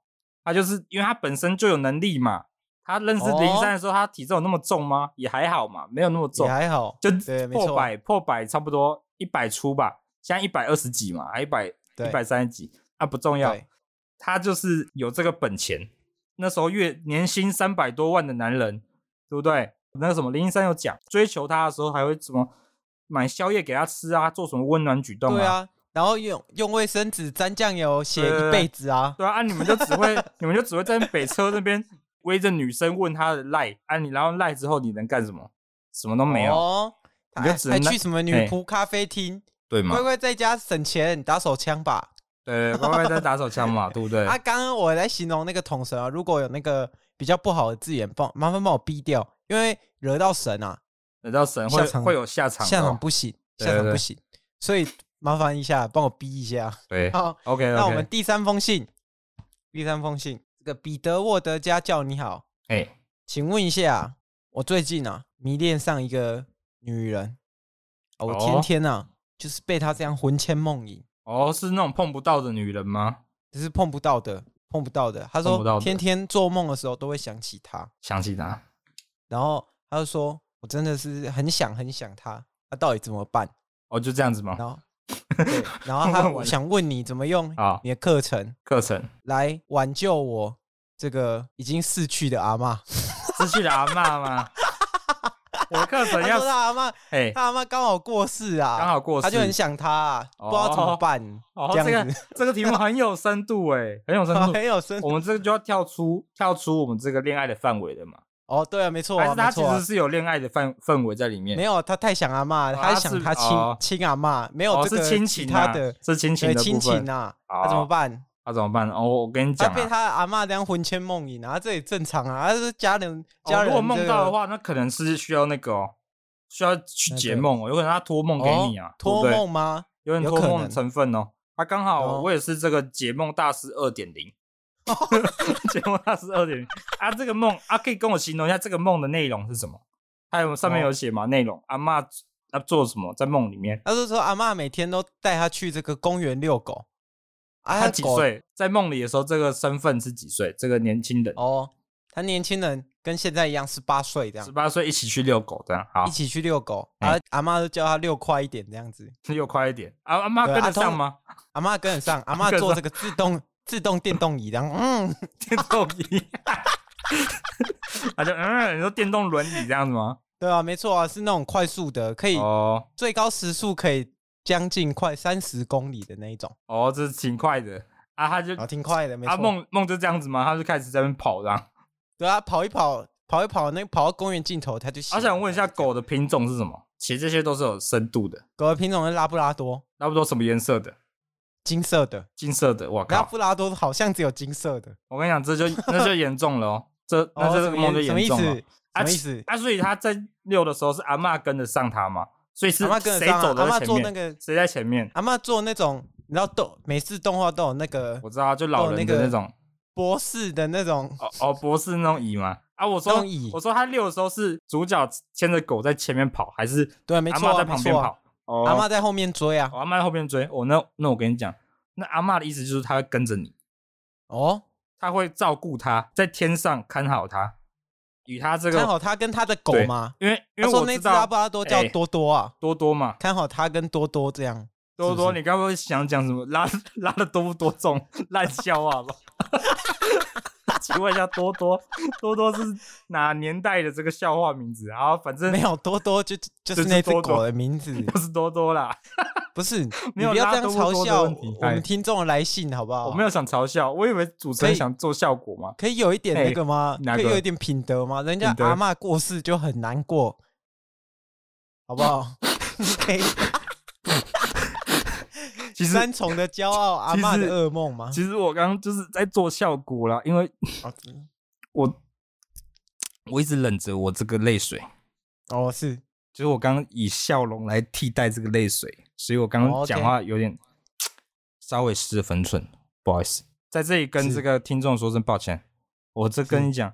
Speaker 2: 他就是因为他本身就有能力嘛。他认
Speaker 1: 哦
Speaker 2: 识林一山的时候，他体重有那么重吗？也还好嘛，没有那么重
Speaker 1: 也，还好，
Speaker 2: 就
Speaker 1: 对，没
Speaker 2: 破
Speaker 1: 错，
Speaker 2: 百破百差不多一百出吧，现在一百二十几嘛，还一百
Speaker 1: 对
Speaker 2: 一百三十几啊，不重要
Speaker 1: 对。
Speaker 2: 他就是有这个本钱。那时候月年薪三百多万的男人，对不对？那个什么林一山有讲，追求他的时候还会怎么买宵夜给他吃啊，做什么温暖举动
Speaker 1: 对
Speaker 2: 啊？
Speaker 1: 啊。然后用用卫生纸沾酱油写
Speaker 2: 对对
Speaker 1: 一
Speaker 2: 对
Speaker 1: 辈子啊，
Speaker 2: 对啊，啊你们就只会你们就只会在北车那边围着女生问她的赖啊，你然后赖之后你能干什么？什么都没有，
Speaker 1: 哦
Speaker 2: 你就
Speaker 1: 还
Speaker 2: 只
Speaker 1: 还
Speaker 2: 能那
Speaker 1: 去什么女
Speaker 2: 嘿
Speaker 1: 仆咖啡厅，
Speaker 2: 对
Speaker 1: 乖
Speaker 2: 吗？
Speaker 1: 乖在家省钱打手枪吧。
Speaker 2: 对，乖乖在打手枪嘛，对不对？
Speaker 1: 啊，刚刚我来形容那个桶神啊，如果有那个比较不好的字眼，帮麻烦帮我逼掉，因为惹到神啊，
Speaker 2: 惹到神
Speaker 1: 下
Speaker 2: 会
Speaker 1: 场
Speaker 2: 会有下场的哦，
Speaker 1: 下场不行，
Speaker 2: 对
Speaker 1: 下场
Speaker 2: 对
Speaker 1: 不
Speaker 2: 对
Speaker 1: 行，所以麻烦一下，帮我逼一下。
Speaker 2: 对
Speaker 1: 好，
Speaker 2: ，OK OK。
Speaker 1: 那我们第三封信，第三封信，这个彼得沃德家教你好，
Speaker 2: 哎
Speaker 1: 请问一下，我最近啊迷恋上一个女人，啊，我天
Speaker 2: 哦
Speaker 1: 天啊、就是被她这样魂牵梦萦，
Speaker 2: 哦，是那种碰不到的女人吗？
Speaker 1: 只是碰不到的，碰不到的。她
Speaker 2: 碰不
Speaker 1: 说
Speaker 2: 到的
Speaker 1: 天天做梦的时候都会想起她。
Speaker 2: 想起她，
Speaker 1: 然后他就说：“我真的是很想很想他，他到底怎么办
Speaker 2: 哦，就这样子？”吗？
Speaker 1: 然后， 对，然后他
Speaker 2: 问
Speaker 1: 我
Speaker 2: 完
Speaker 1: 想问你怎么 用
Speaker 2: 啊，
Speaker 1: 你的课程
Speaker 2: 课程
Speaker 1: 来挽救我这个已经逝去的阿嬷。
Speaker 2: 失去了阿妈吗？我的课程
Speaker 1: 他
Speaker 2: 要
Speaker 1: 说他阿嬷，
Speaker 2: 哎，
Speaker 1: 他阿嬷刚好过世啊，
Speaker 2: 刚好过世，
Speaker 1: 他就很想他、啊，不知道怎么
Speaker 2: 哦
Speaker 1: 办，
Speaker 2: 哦，
Speaker 1: 这
Speaker 2: 这
Speaker 1: 样
Speaker 2: 个
Speaker 1: 子
Speaker 2: 这个题目很有深度哎，很有深 度。
Speaker 1: 啊很有深
Speaker 2: 我们这个就要跳出跳出我们这个恋爱的范围了嘛？
Speaker 1: 哦，对啊，没错、
Speaker 2: 还
Speaker 1: 啊，
Speaker 2: 是他
Speaker 1: 没
Speaker 2: 其
Speaker 1: 错啊、
Speaker 2: 实是有恋爱的范氛围在里面？
Speaker 1: 没有，他太想阿嬷，
Speaker 2: 哦
Speaker 1: 他
Speaker 2: 他
Speaker 1: 想
Speaker 2: 是
Speaker 1: 他亲
Speaker 2: 哦
Speaker 1: 亲阿嬷，没有
Speaker 2: 哦，
Speaker 1: 这
Speaker 2: 是
Speaker 1: 个
Speaker 2: 亲
Speaker 1: 其
Speaker 2: 情
Speaker 1: 他
Speaker 2: 啊
Speaker 1: 的，
Speaker 2: 是亲
Speaker 1: 对
Speaker 2: 情的
Speaker 1: 亲
Speaker 2: 部分
Speaker 1: 情啊，他怎么
Speaker 2: 哦
Speaker 1: 办？
Speaker 2: 那怎么办？哦，我跟你
Speaker 1: 他
Speaker 2: 讲
Speaker 1: 被
Speaker 2: 啊，
Speaker 1: 他的阿嬷这样魂牵梦萦啊，这也正常啊。他是家人，家
Speaker 2: 哦
Speaker 1: 人、
Speaker 2: 如果梦到的，话，那可能是需要那个哦，需要去
Speaker 1: 那
Speaker 2: 解
Speaker 1: 个
Speaker 2: 梦哦，有可能他托梦给你啊
Speaker 1: 哦，托
Speaker 2: 对不对
Speaker 1: 梦吗？
Speaker 2: 有点
Speaker 1: 有
Speaker 2: 托
Speaker 1: 可
Speaker 2: 梦的
Speaker 1: 能
Speaker 2: 成分哦。他刚
Speaker 1: 哦
Speaker 2: 好我也是这个解梦大师二 点零，解梦大师二点零啊，这个梦啊，可以跟我形容一下这个梦的内容是什么？还有上面
Speaker 1: 哦
Speaker 2: 有写吗？内容阿妈啊做什么在梦里面？
Speaker 1: 他就说阿嬷每天都带他去这个公园遛狗。啊，
Speaker 2: 他几
Speaker 1: 狗？
Speaker 2: 岁？在梦里的时候，这个身份是几岁？这个年轻人
Speaker 1: 哦，他年轻人跟现在一样，十八岁这
Speaker 2: 十
Speaker 1: 样，
Speaker 2: 八岁一起去遛狗，这样好
Speaker 1: 一，起去遛狗。
Speaker 2: 哎
Speaker 1: 啊，阿嬷就叫他遛快一点这样子。
Speaker 2: 遛快一点啊！阿妈
Speaker 1: 对
Speaker 2: 跟
Speaker 1: 啊
Speaker 2: 得
Speaker 1: 通
Speaker 2: 上吗？
Speaker 1: 阿嬷跟得上，阿嬷
Speaker 2: 跟得
Speaker 1: 坐
Speaker 2: 上
Speaker 1: 这个自动自动电动椅，然后嗯，
Speaker 2: 电动椅，他就嗯，你说电动轮椅这样子吗？
Speaker 1: 对啊，没错啊，是那种快速的，可以
Speaker 2: 哦
Speaker 1: 最高时速可以将近快三十公里的那一种，
Speaker 2: 哦，这是挺快的啊，他就
Speaker 1: 啊，挺快的，没
Speaker 2: 啊
Speaker 1: 错。
Speaker 2: 梦梦就这样子吗？他就开始在那边跑这样。
Speaker 1: 对啊，跑一跑，跑一跑，那跑到公园尽头，它就醒
Speaker 2: 我
Speaker 1: 了。
Speaker 2: 啊想问一下，
Speaker 1: 这样
Speaker 2: 狗的品种是什么？其实这些都是有深度的，
Speaker 1: 狗的品种是拉布拉多，
Speaker 2: 差不多什么颜色的？
Speaker 1: 金色的。
Speaker 2: 金色的，我
Speaker 1: 拉
Speaker 2: 靠！
Speaker 1: 布拉多好像只有金色的，
Speaker 2: 我跟你讲，这就那就严重了哦，这那
Speaker 1: 哦
Speaker 2: 这
Speaker 1: 什
Speaker 2: 个
Speaker 1: 么
Speaker 2: 梦就
Speaker 1: 意什么
Speaker 2: 严
Speaker 1: 意
Speaker 2: 重
Speaker 1: 思？
Speaker 2: 了。
Speaker 1: 什么意思？
Speaker 2: 啊，所以他在溜的时候是阿嬷跟得上他嘛，所以是
Speaker 1: 阿妈跟得
Speaker 2: 谁
Speaker 1: 上
Speaker 2: 走
Speaker 1: 啊，阿
Speaker 2: 的
Speaker 1: 妈
Speaker 2: 在前
Speaker 1: 做那
Speaker 2: 面？
Speaker 1: 个，
Speaker 2: 谁在前面？
Speaker 1: 阿妈做那种，你知道动每次动画都有那个
Speaker 2: 我知道，就老人
Speaker 1: 那
Speaker 2: 的
Speaker 1: 个
Speaker 2: 哦那种，
Speaker 1: 博士的那种，
Speaker 2: 哦哦，博士那种椅嘛。啊，我说
Speaker 1: 那种椅
Speaker 2: 我说他溜的时候是主角牵着狗在前面跑，还是
Speaker 1: 对，没
Speaker 2: 阿
Speaker 1: 错
Speaker 2: 嬷
Speaker 1: 啊，没
Speaker 2: 在旁边
Speaker 1: 错啊，
Speaker 2: 跑？哦，
Speaker 1: 阿妈在后面追啊
Speaker 2: 哦，，阿妈在后面追。哦，那那我跟你讲，那阿嬷的意思就是她会跟着你，
Speaker 1: 哦，
Speaker 2: 她会照顾他，在天上看好他，与他这
Speaker 1: 看
Speaker 2: 个，
Speaker 1: 好他跟他的狗
Speaker 2: 对
Speaker 1: 嘛，
Speaker 2: 因为因
Speaker 1: 他
Speaker 2: 为
Speaker 1: 说
Speaker 2: 我
Speaker 1: 那
Speaker 2: 知
Speaker 1: 只拉
Speaker 2: 道
Speaker 1: 布拉多叫
Speaker 2: 哎
Speaker 1: 多多啊，
Speaker 2: 多多嘛，
Speaker 1: 看好他跟多多这样，
Speaker 2: 多多，
Speaker 1: 是不是
Speaker 2: 你刚刚想讲什么？拉拉的多不多重？烂笑话吧。 请问一下，多多多多是哪年代的这个笑话名字？啊，反正
Speaker 1: 没有多多就就
Speaker 2: 这
Speaker 1: 是
Speaker 2: 只
Speaker 1: 那只
Speaker 2: 多多
Speaker 1: 狗的名字，
Speaker 2: 不是多多啦，
Speaker 1: 不是，你
Speaker 2: 没有
Speaker 1: 不要
Speaker 2: 拉
Speaker 1: 这样
Speaker 2: 多多
Speaker 1: 嘲
Speaker 2: 的
Speaker 1: 笑
Speaker 2: 问题
Speaker 1: 我
Speaker 2: 哎
Speaker 1: 们听众的来信好不好？
Speaker 2: 我没有想嘲笑，我以为主持人
Speaker 1: 可以
Speaker 2: 想做效果嘛。
Speaker 1: 可以有一点那个吗？
Speaker 2: 哎哪
Speaker 1: 可以
Speaker 2: 个
Speaker 1: 有一点品德吗？人家
Speaker 2: 品德
Speaker 1: 阿嬷过世就很难过，好不好？ 可以
Speaker 2: 其实
Speaker 1: 三重的骄傲，阿嬷的噩梦吗？
Speaker 2: 其实我刚刚就是在做效果啦，因为
Speaker 1: 哦
Speaker 2: 我我一直忍着我这个泪水，
Speaker 1: 哦，是
Speaker 2: 就是我刚刚以笑容来替代这个泪水，所以我刚刚
Speaker 1: 哦
Speaker 2: 讲
Speaker 1: ，OK
Speaker 2: 话有点稍微失了分寸，不好意思，在这里跟
Speaker 1: 是
Speaker 2: 这个听众说声抱歉。我这跟你讲，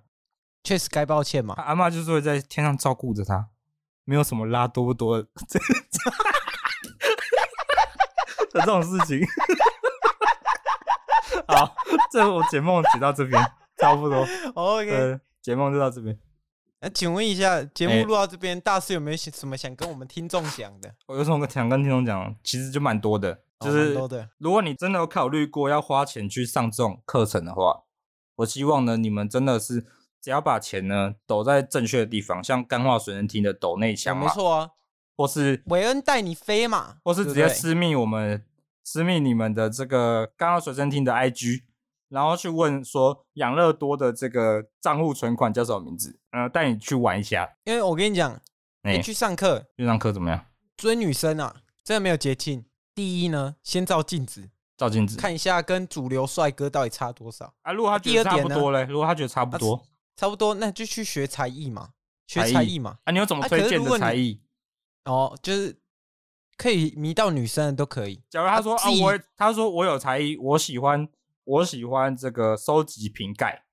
Speaker 1: 确实该抱歉嘛
Speaker 2: 他。阿嬷就是会在天上照顾着他，没有什么拉多不多的 这的这种事情。 好，这我解梦解到这边差不多，
Speaker 1: 哦 OK，
Speaker 2: 呃，解梦就到这边。
Speaker 1: 那请问一下，节
Speaker 2: 哎
Speaker 1: 目录到这边，大师有没有什么想跟我们听众讲的？
Speaker 2: 我有什么想跟听众讲，其实就蛮多的，就
Speaker 1: 哦
Speaker 2: 是、
Speaker 1: 蛮多的
Speaker 2: 如果你真的有考虑过要花钱去上这种课程的话，我希望呢，你们真的是只要把钱呢抖在正确的地方，像干化水能听的抖内
Speaker 1: 哎
Speaker 2: 墙
Speaker 1: 没
Speaker 2: 嘛，
Speaker 1: 错啊，
Speaker 2: 或是
Speaker 1: 韦恩带你飞嘛，
Speaker 2: 或是直
Speaker 1: 对
Speaker 2: 接
Speaker 1: 不对
Speaker 2: 私密我们私密你们的这个干化水声听的 IG，然后去问说养乐多的这个账户存款叫什么名字，呃，带你去玩一下，
Speaker 1: 因为我跟你讲，
Speaker 2: 哎、
Speaker 1: 你去上课
Speaker 2: 这堂课怎么样？
Speaker 1: 追女生啊，真的没有捷径。第一呢，先照镜子，
Speaker 2: 照镜子
Speaker 1: 看一下跟主流帅哥到底差多少，
Speaker 2: 啊，如果他觉得
Speaker 1: 第二
Speaker 2: 差
Speaker 1: 点
Speaker 2: 不
Speaker 1: 呢
Speaker 2: 多嘞，如果他觉得差不
Speaker 1: 啊
Speaker 2: 多。
Speaker 1: 差不多，那就去学才艺嘛，学
Speaker 2: 才艺
Speaker 1: 才艺嘛。
Speaker 2: 啊，你有怎么
Speaker 1: 啊
Speaker 2: 推
Speaker 1: 可是
Speaker 2: 荐
Speaker 1: 如
Speaker 2: 的
Speaker 1: 果
Speaker 2: 才
Speaker 1: 你
Speaker 2: 艺？
Speaker 1: 哦，就是可以迷到女生的都可以。
Speaker 2: 假如他
Speaker 1: 啊
Speaker 2: 说啊
Speaker 1: 自，己
Speaker 2: 我他说我有才艺，我喜欢我喜欢这个收集瓶盖，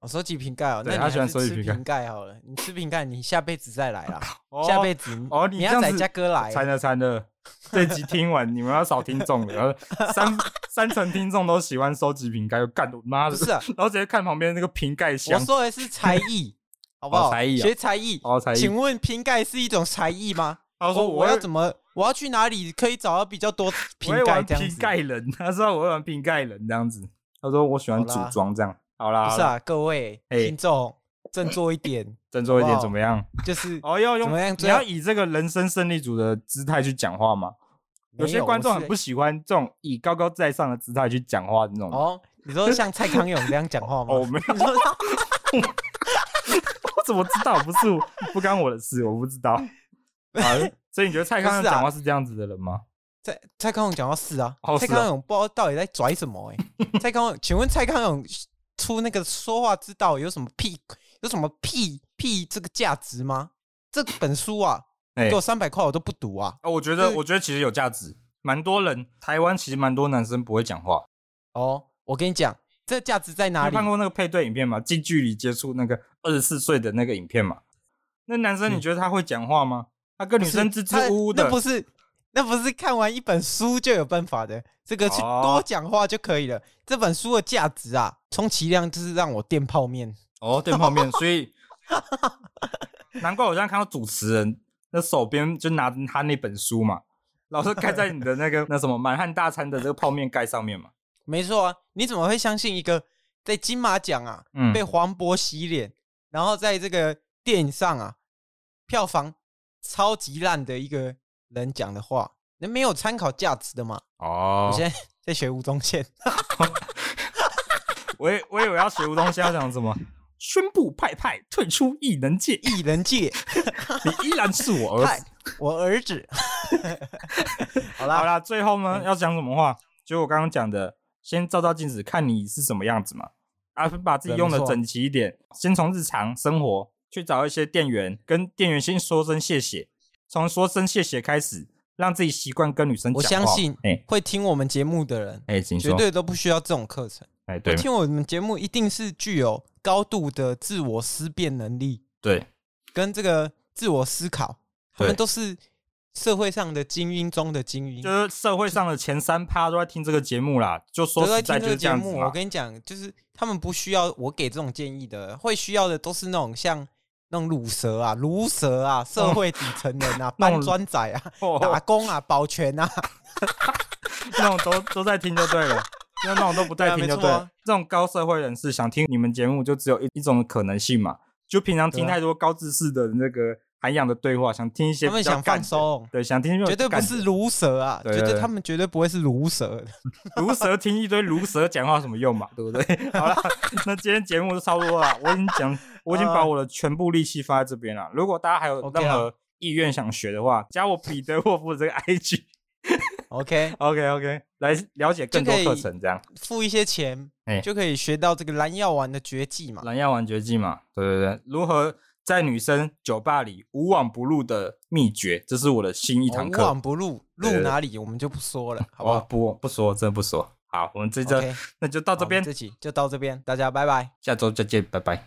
Speaker 1: 我、收集瓶盖哦，
Speaker 2: 对
Speaker 1: 那你
Speaker 2: 他
Speaker 1: 还
Speaker 2: 喜欢
Speaker 1: 是
Speaker 2: 收集
Speaker 1: 吃
Speaker 2: 瓶盖
Speaker 1: 瓶盖好了。你吃瓶盖，你下辈子再来啦，
Speaker 2: 哦
Speaker 1: 下辈子
Speaker 2: 哦你
Speaker 1: 你
Speaker 2: 这
Speaker 1: 要
Speaker 2: 样
Speaker 1: 载
Speaker 2: 子
Speaker 1: 家哥来，啊
Speaker 2: 惨了惨了，这集听完你们要少听众了，然后 三三成听众都喜欢收集瓶盖，干我妈
Speaker 1: 不
Speaker 2: 的，
Speaker 1: 是 啊
Speaker 2: 然后直接看旁边那个瓶盖箱
Speaker 1: 我，说的是才 艺，好不
Speaker 2: 哦
Speaker 1: 好？
Speaker 2: 才艺啊
Speaker 1: 学才艺。
Speaker 2: 哦才艺
Speaker 1: 请问瓶盖是一种才艺吗？
Speaker 2: 他说
Speaker 1: 哦我要怎
Speaker 2: 么
Speaker 1: 么，我要去哪里可以找到比较多瓶盖这样
Speaker 2: 瓶
Speaker 1: 子？
Speaker 2: 盖人，他说我会玩瓶盖人这样子，他说我喜欢
Speaker 1: 好
Speaker 2: 组
Speaker 1: 啦
Speaker 2: 装这样，好啦，
Speaker 1: 不是啊，各位
Speaker 2: 哎
Speaker 1: 听众，振作一点，
Speaker 2: 振作一
Speaker 1: 好
Speaker 2: 点
Speaker 1: 不好
Speaker 2: 怎么样？
Speaker 1: 就是
Speaker 2: 哦，要用
Speaker 1: 怎么样
Speaker 2: 你
Speaker 1: 最后
Speaker 2: 要以这个人生胜利组的姿态去讲话吗？有
Speaker 1: 没
Speaker 2: 些
Speaker 1: 有
Speaker 2: 观众
Speaker 1: 我是
Speaker 2: 很不喜欢这种以高高在上的姿态去讲话的那种。哦，
Speaker 1: 哦，你说像蔡康永这样讲 话吗？
Speaker 2: 我没有，
Speaker 1: 你说
Speaker 2: 我怎么知道？不是我，不干我的事，我不知道。啊， 所以你觉得蔡康永
Speaker 1: 不是啊
Speaker 2: 讲话是这样子的人吗？
Speaker 1: 蔡蔡康永讲到是啊，
Speaker 2: 哦
Speaker 1: 蔡
Speaker 2: 是啊
Speaker 1: 康永不知道到底在拽什 么哎、蔡康永，请问蔡康永出那个说话之道有什么屁有什么屁屁这个价值吗？这本书啊，
Speaker 2: 哎、
Speaker 1: 给我三百块我都不读啊！
Speaker 2: 啊我觉得，我觉得其实有价值。蛮多人，台湾其实蛮多男生不会讲话。
Speaker 1: 哦，我跟你讲，这价值在
Speaker 2: 你
Speaker 1: 哪
Speaker 2: 有
Speaker 1: 里
Speaker 2: 看？过那个配对影片吗？近距离接触那个二十四岁的那个影片嘛？那男生你
Speaker 1: 嗯
Speaker 2: 觉得他会讲话吗？他跟女生支支
Speaker 1: 他
Speaker 2: 吾吾的，
Speaker 1: 那不是那不是看完一本书就有办法的，这个去
Speaker 2: 哦
Speaker 1: 多讲话就可以了。这本书的价值啊，充其量就是让我垫泡面。
Speaker 2: 哦，电泡面，所以难怪我现在看到主持人那手边就拿着他那本书嘛，老是盖在你的 那个那什么满汉大餐的这个泡面盖上面嘛。
Speaker 1: 没错啊，你怎么会相信一个在金马奖啊
Speaker 2: 嗯
Speaker 1: 被黄渤洗脸，然后在这个电影上啊票房超级烂的一个人讲的话，那没有参考价值的嘛？
Speaker 2: 哦
Speaker 1: 我现在在学吴宗宪，
Speaker 2: 我以我以为要学吴东西要讲什么，宣布派派退出艺能界，
Speaker 1: 艺人界
Speaker 2: 你依然是我儿
Speaker 1: 派
Speaker 2: 子。
Speaker 1: 我儿子。 好啦，嗯
Speaker 2: 好啦，最后呢要讲什么话？就我刚刚讲的，先照照镜子，看你是什么样子嘛。啊，把自己用的整齐一点，先从日常生活去找一些店员，跟店员先说声谢谢，从说声谢谢开始，让自己习惯跟女生讲
Speaker 1: 我
Speaker 2: 话。
Speaker 1: 相信
Speaker 2: 哎
Speaker 1: 会听我们节目的人，
Speaker 2: 哎，请
Speaker 1: 绝
Speaker 2: 说，
Speaker 1: 对都不需要这种课程。
Speaker 2: 哎，对
Speaker 1: 会听我们节目一定是具有高度的自我思辨能力
Speaker 2: 对
Speaker 1: 跟这个自我思考，他们
Speaker 2: 对
Speaker 1: 都是社会上的精英中的精英
Speaker 2: 就。是社会上的前三趴都在听这个节目啦，就说
Speaker 1: 都在
Speaker 2: 实
Speaker 1: 听
Speaker 2: 在
Speaker 1: 这
Speaker 2: 就
Speaker 1: 个
Speaker 2: 是这
Speaker 1: 节
Speaker 2: 样子
Speaker 1: 目，我
Speaker 2: 嘛。
Speaker 1: 跟你讲，就是他们不需要我给这种建议的，会需要的都是那种像那种乳蛇啊、乳蛇啊、社会底层 人啊、
Speaker 2: 那
Speaker 1: 搬
Speaker 2: 种
Speaker 1: 砖仔啊、
Speaker 2: 哦
Speaker 1: 打工啊、保全啊，
Speaker 2: 那种都都在听就对 了，那那种都不在听就对
Speaker 1: 对
Speaker 2: 了。
Speaker 1: 啊没错啊
Speaker 2: 这种高社会人士想听你们节目，就只有一一种可能性嘛。就平常听
Speaker 1: 对啊
Speaker 2: 太多高知识的那个涵养的对话，想听一些
Speaker 1: 他们
Speaker 2: 比较
Speaker 1: 想
Speaker 2: 干
Speaker 1: 放
Speaker 2: 的，
Speaker 1: 松，
Speaker 2: 对，想听
Speaker 1: 绝对不是毒蛇啊，
Speaker 2: 对
Speaker 1: 绝对
Speaker 2: 对
Speaker 1: 他们绝对不会是毒蛇。
Speaker 2: 毒蛇，听一堆毒蛇讲话有什么用嘛，对不对？ 好了，那今天节目就差不多了，我已经讲，我已经把我的全部力气放在这边了。如果大家还有
Speaker 1: OK 啊
Speaker 2: 任何意愿想学的话，加我彼得沃夫的这个 IG。
Speaker 1: OK，
Speaker 2: OK OK，来了解更多课程，这样
Speaker 1: 付一些钱
Speaker 2: 哎
Speaker 1: 就可以学到这个蓝药丸的绝技嘛。
Speaker 2: 蓝药丸绝技嘛，对对对，如何在女生酒吧里无往不入的秘诀，这是我的新一
Speaker 1: 哦
Speaker 2: 堂
Speaker 1: 无
Speaker 2: 课。
Speaker 1: 往不入，入
Speaker 2: 对对对
Speaker 1: 哪里我们就不说了，好不
Speaker 2: 哦
Speaker 1: 好？
Speaker 2: 不不说，真的不说。好，我们这
Speaker 1: o k
Speaker 2: 这那就到
Speaker 1: 到
Speaker 2: 这边
Speaker 1: 这，期就到这边，大家拜拜。
Speaker 2: 下周再见，拜拜。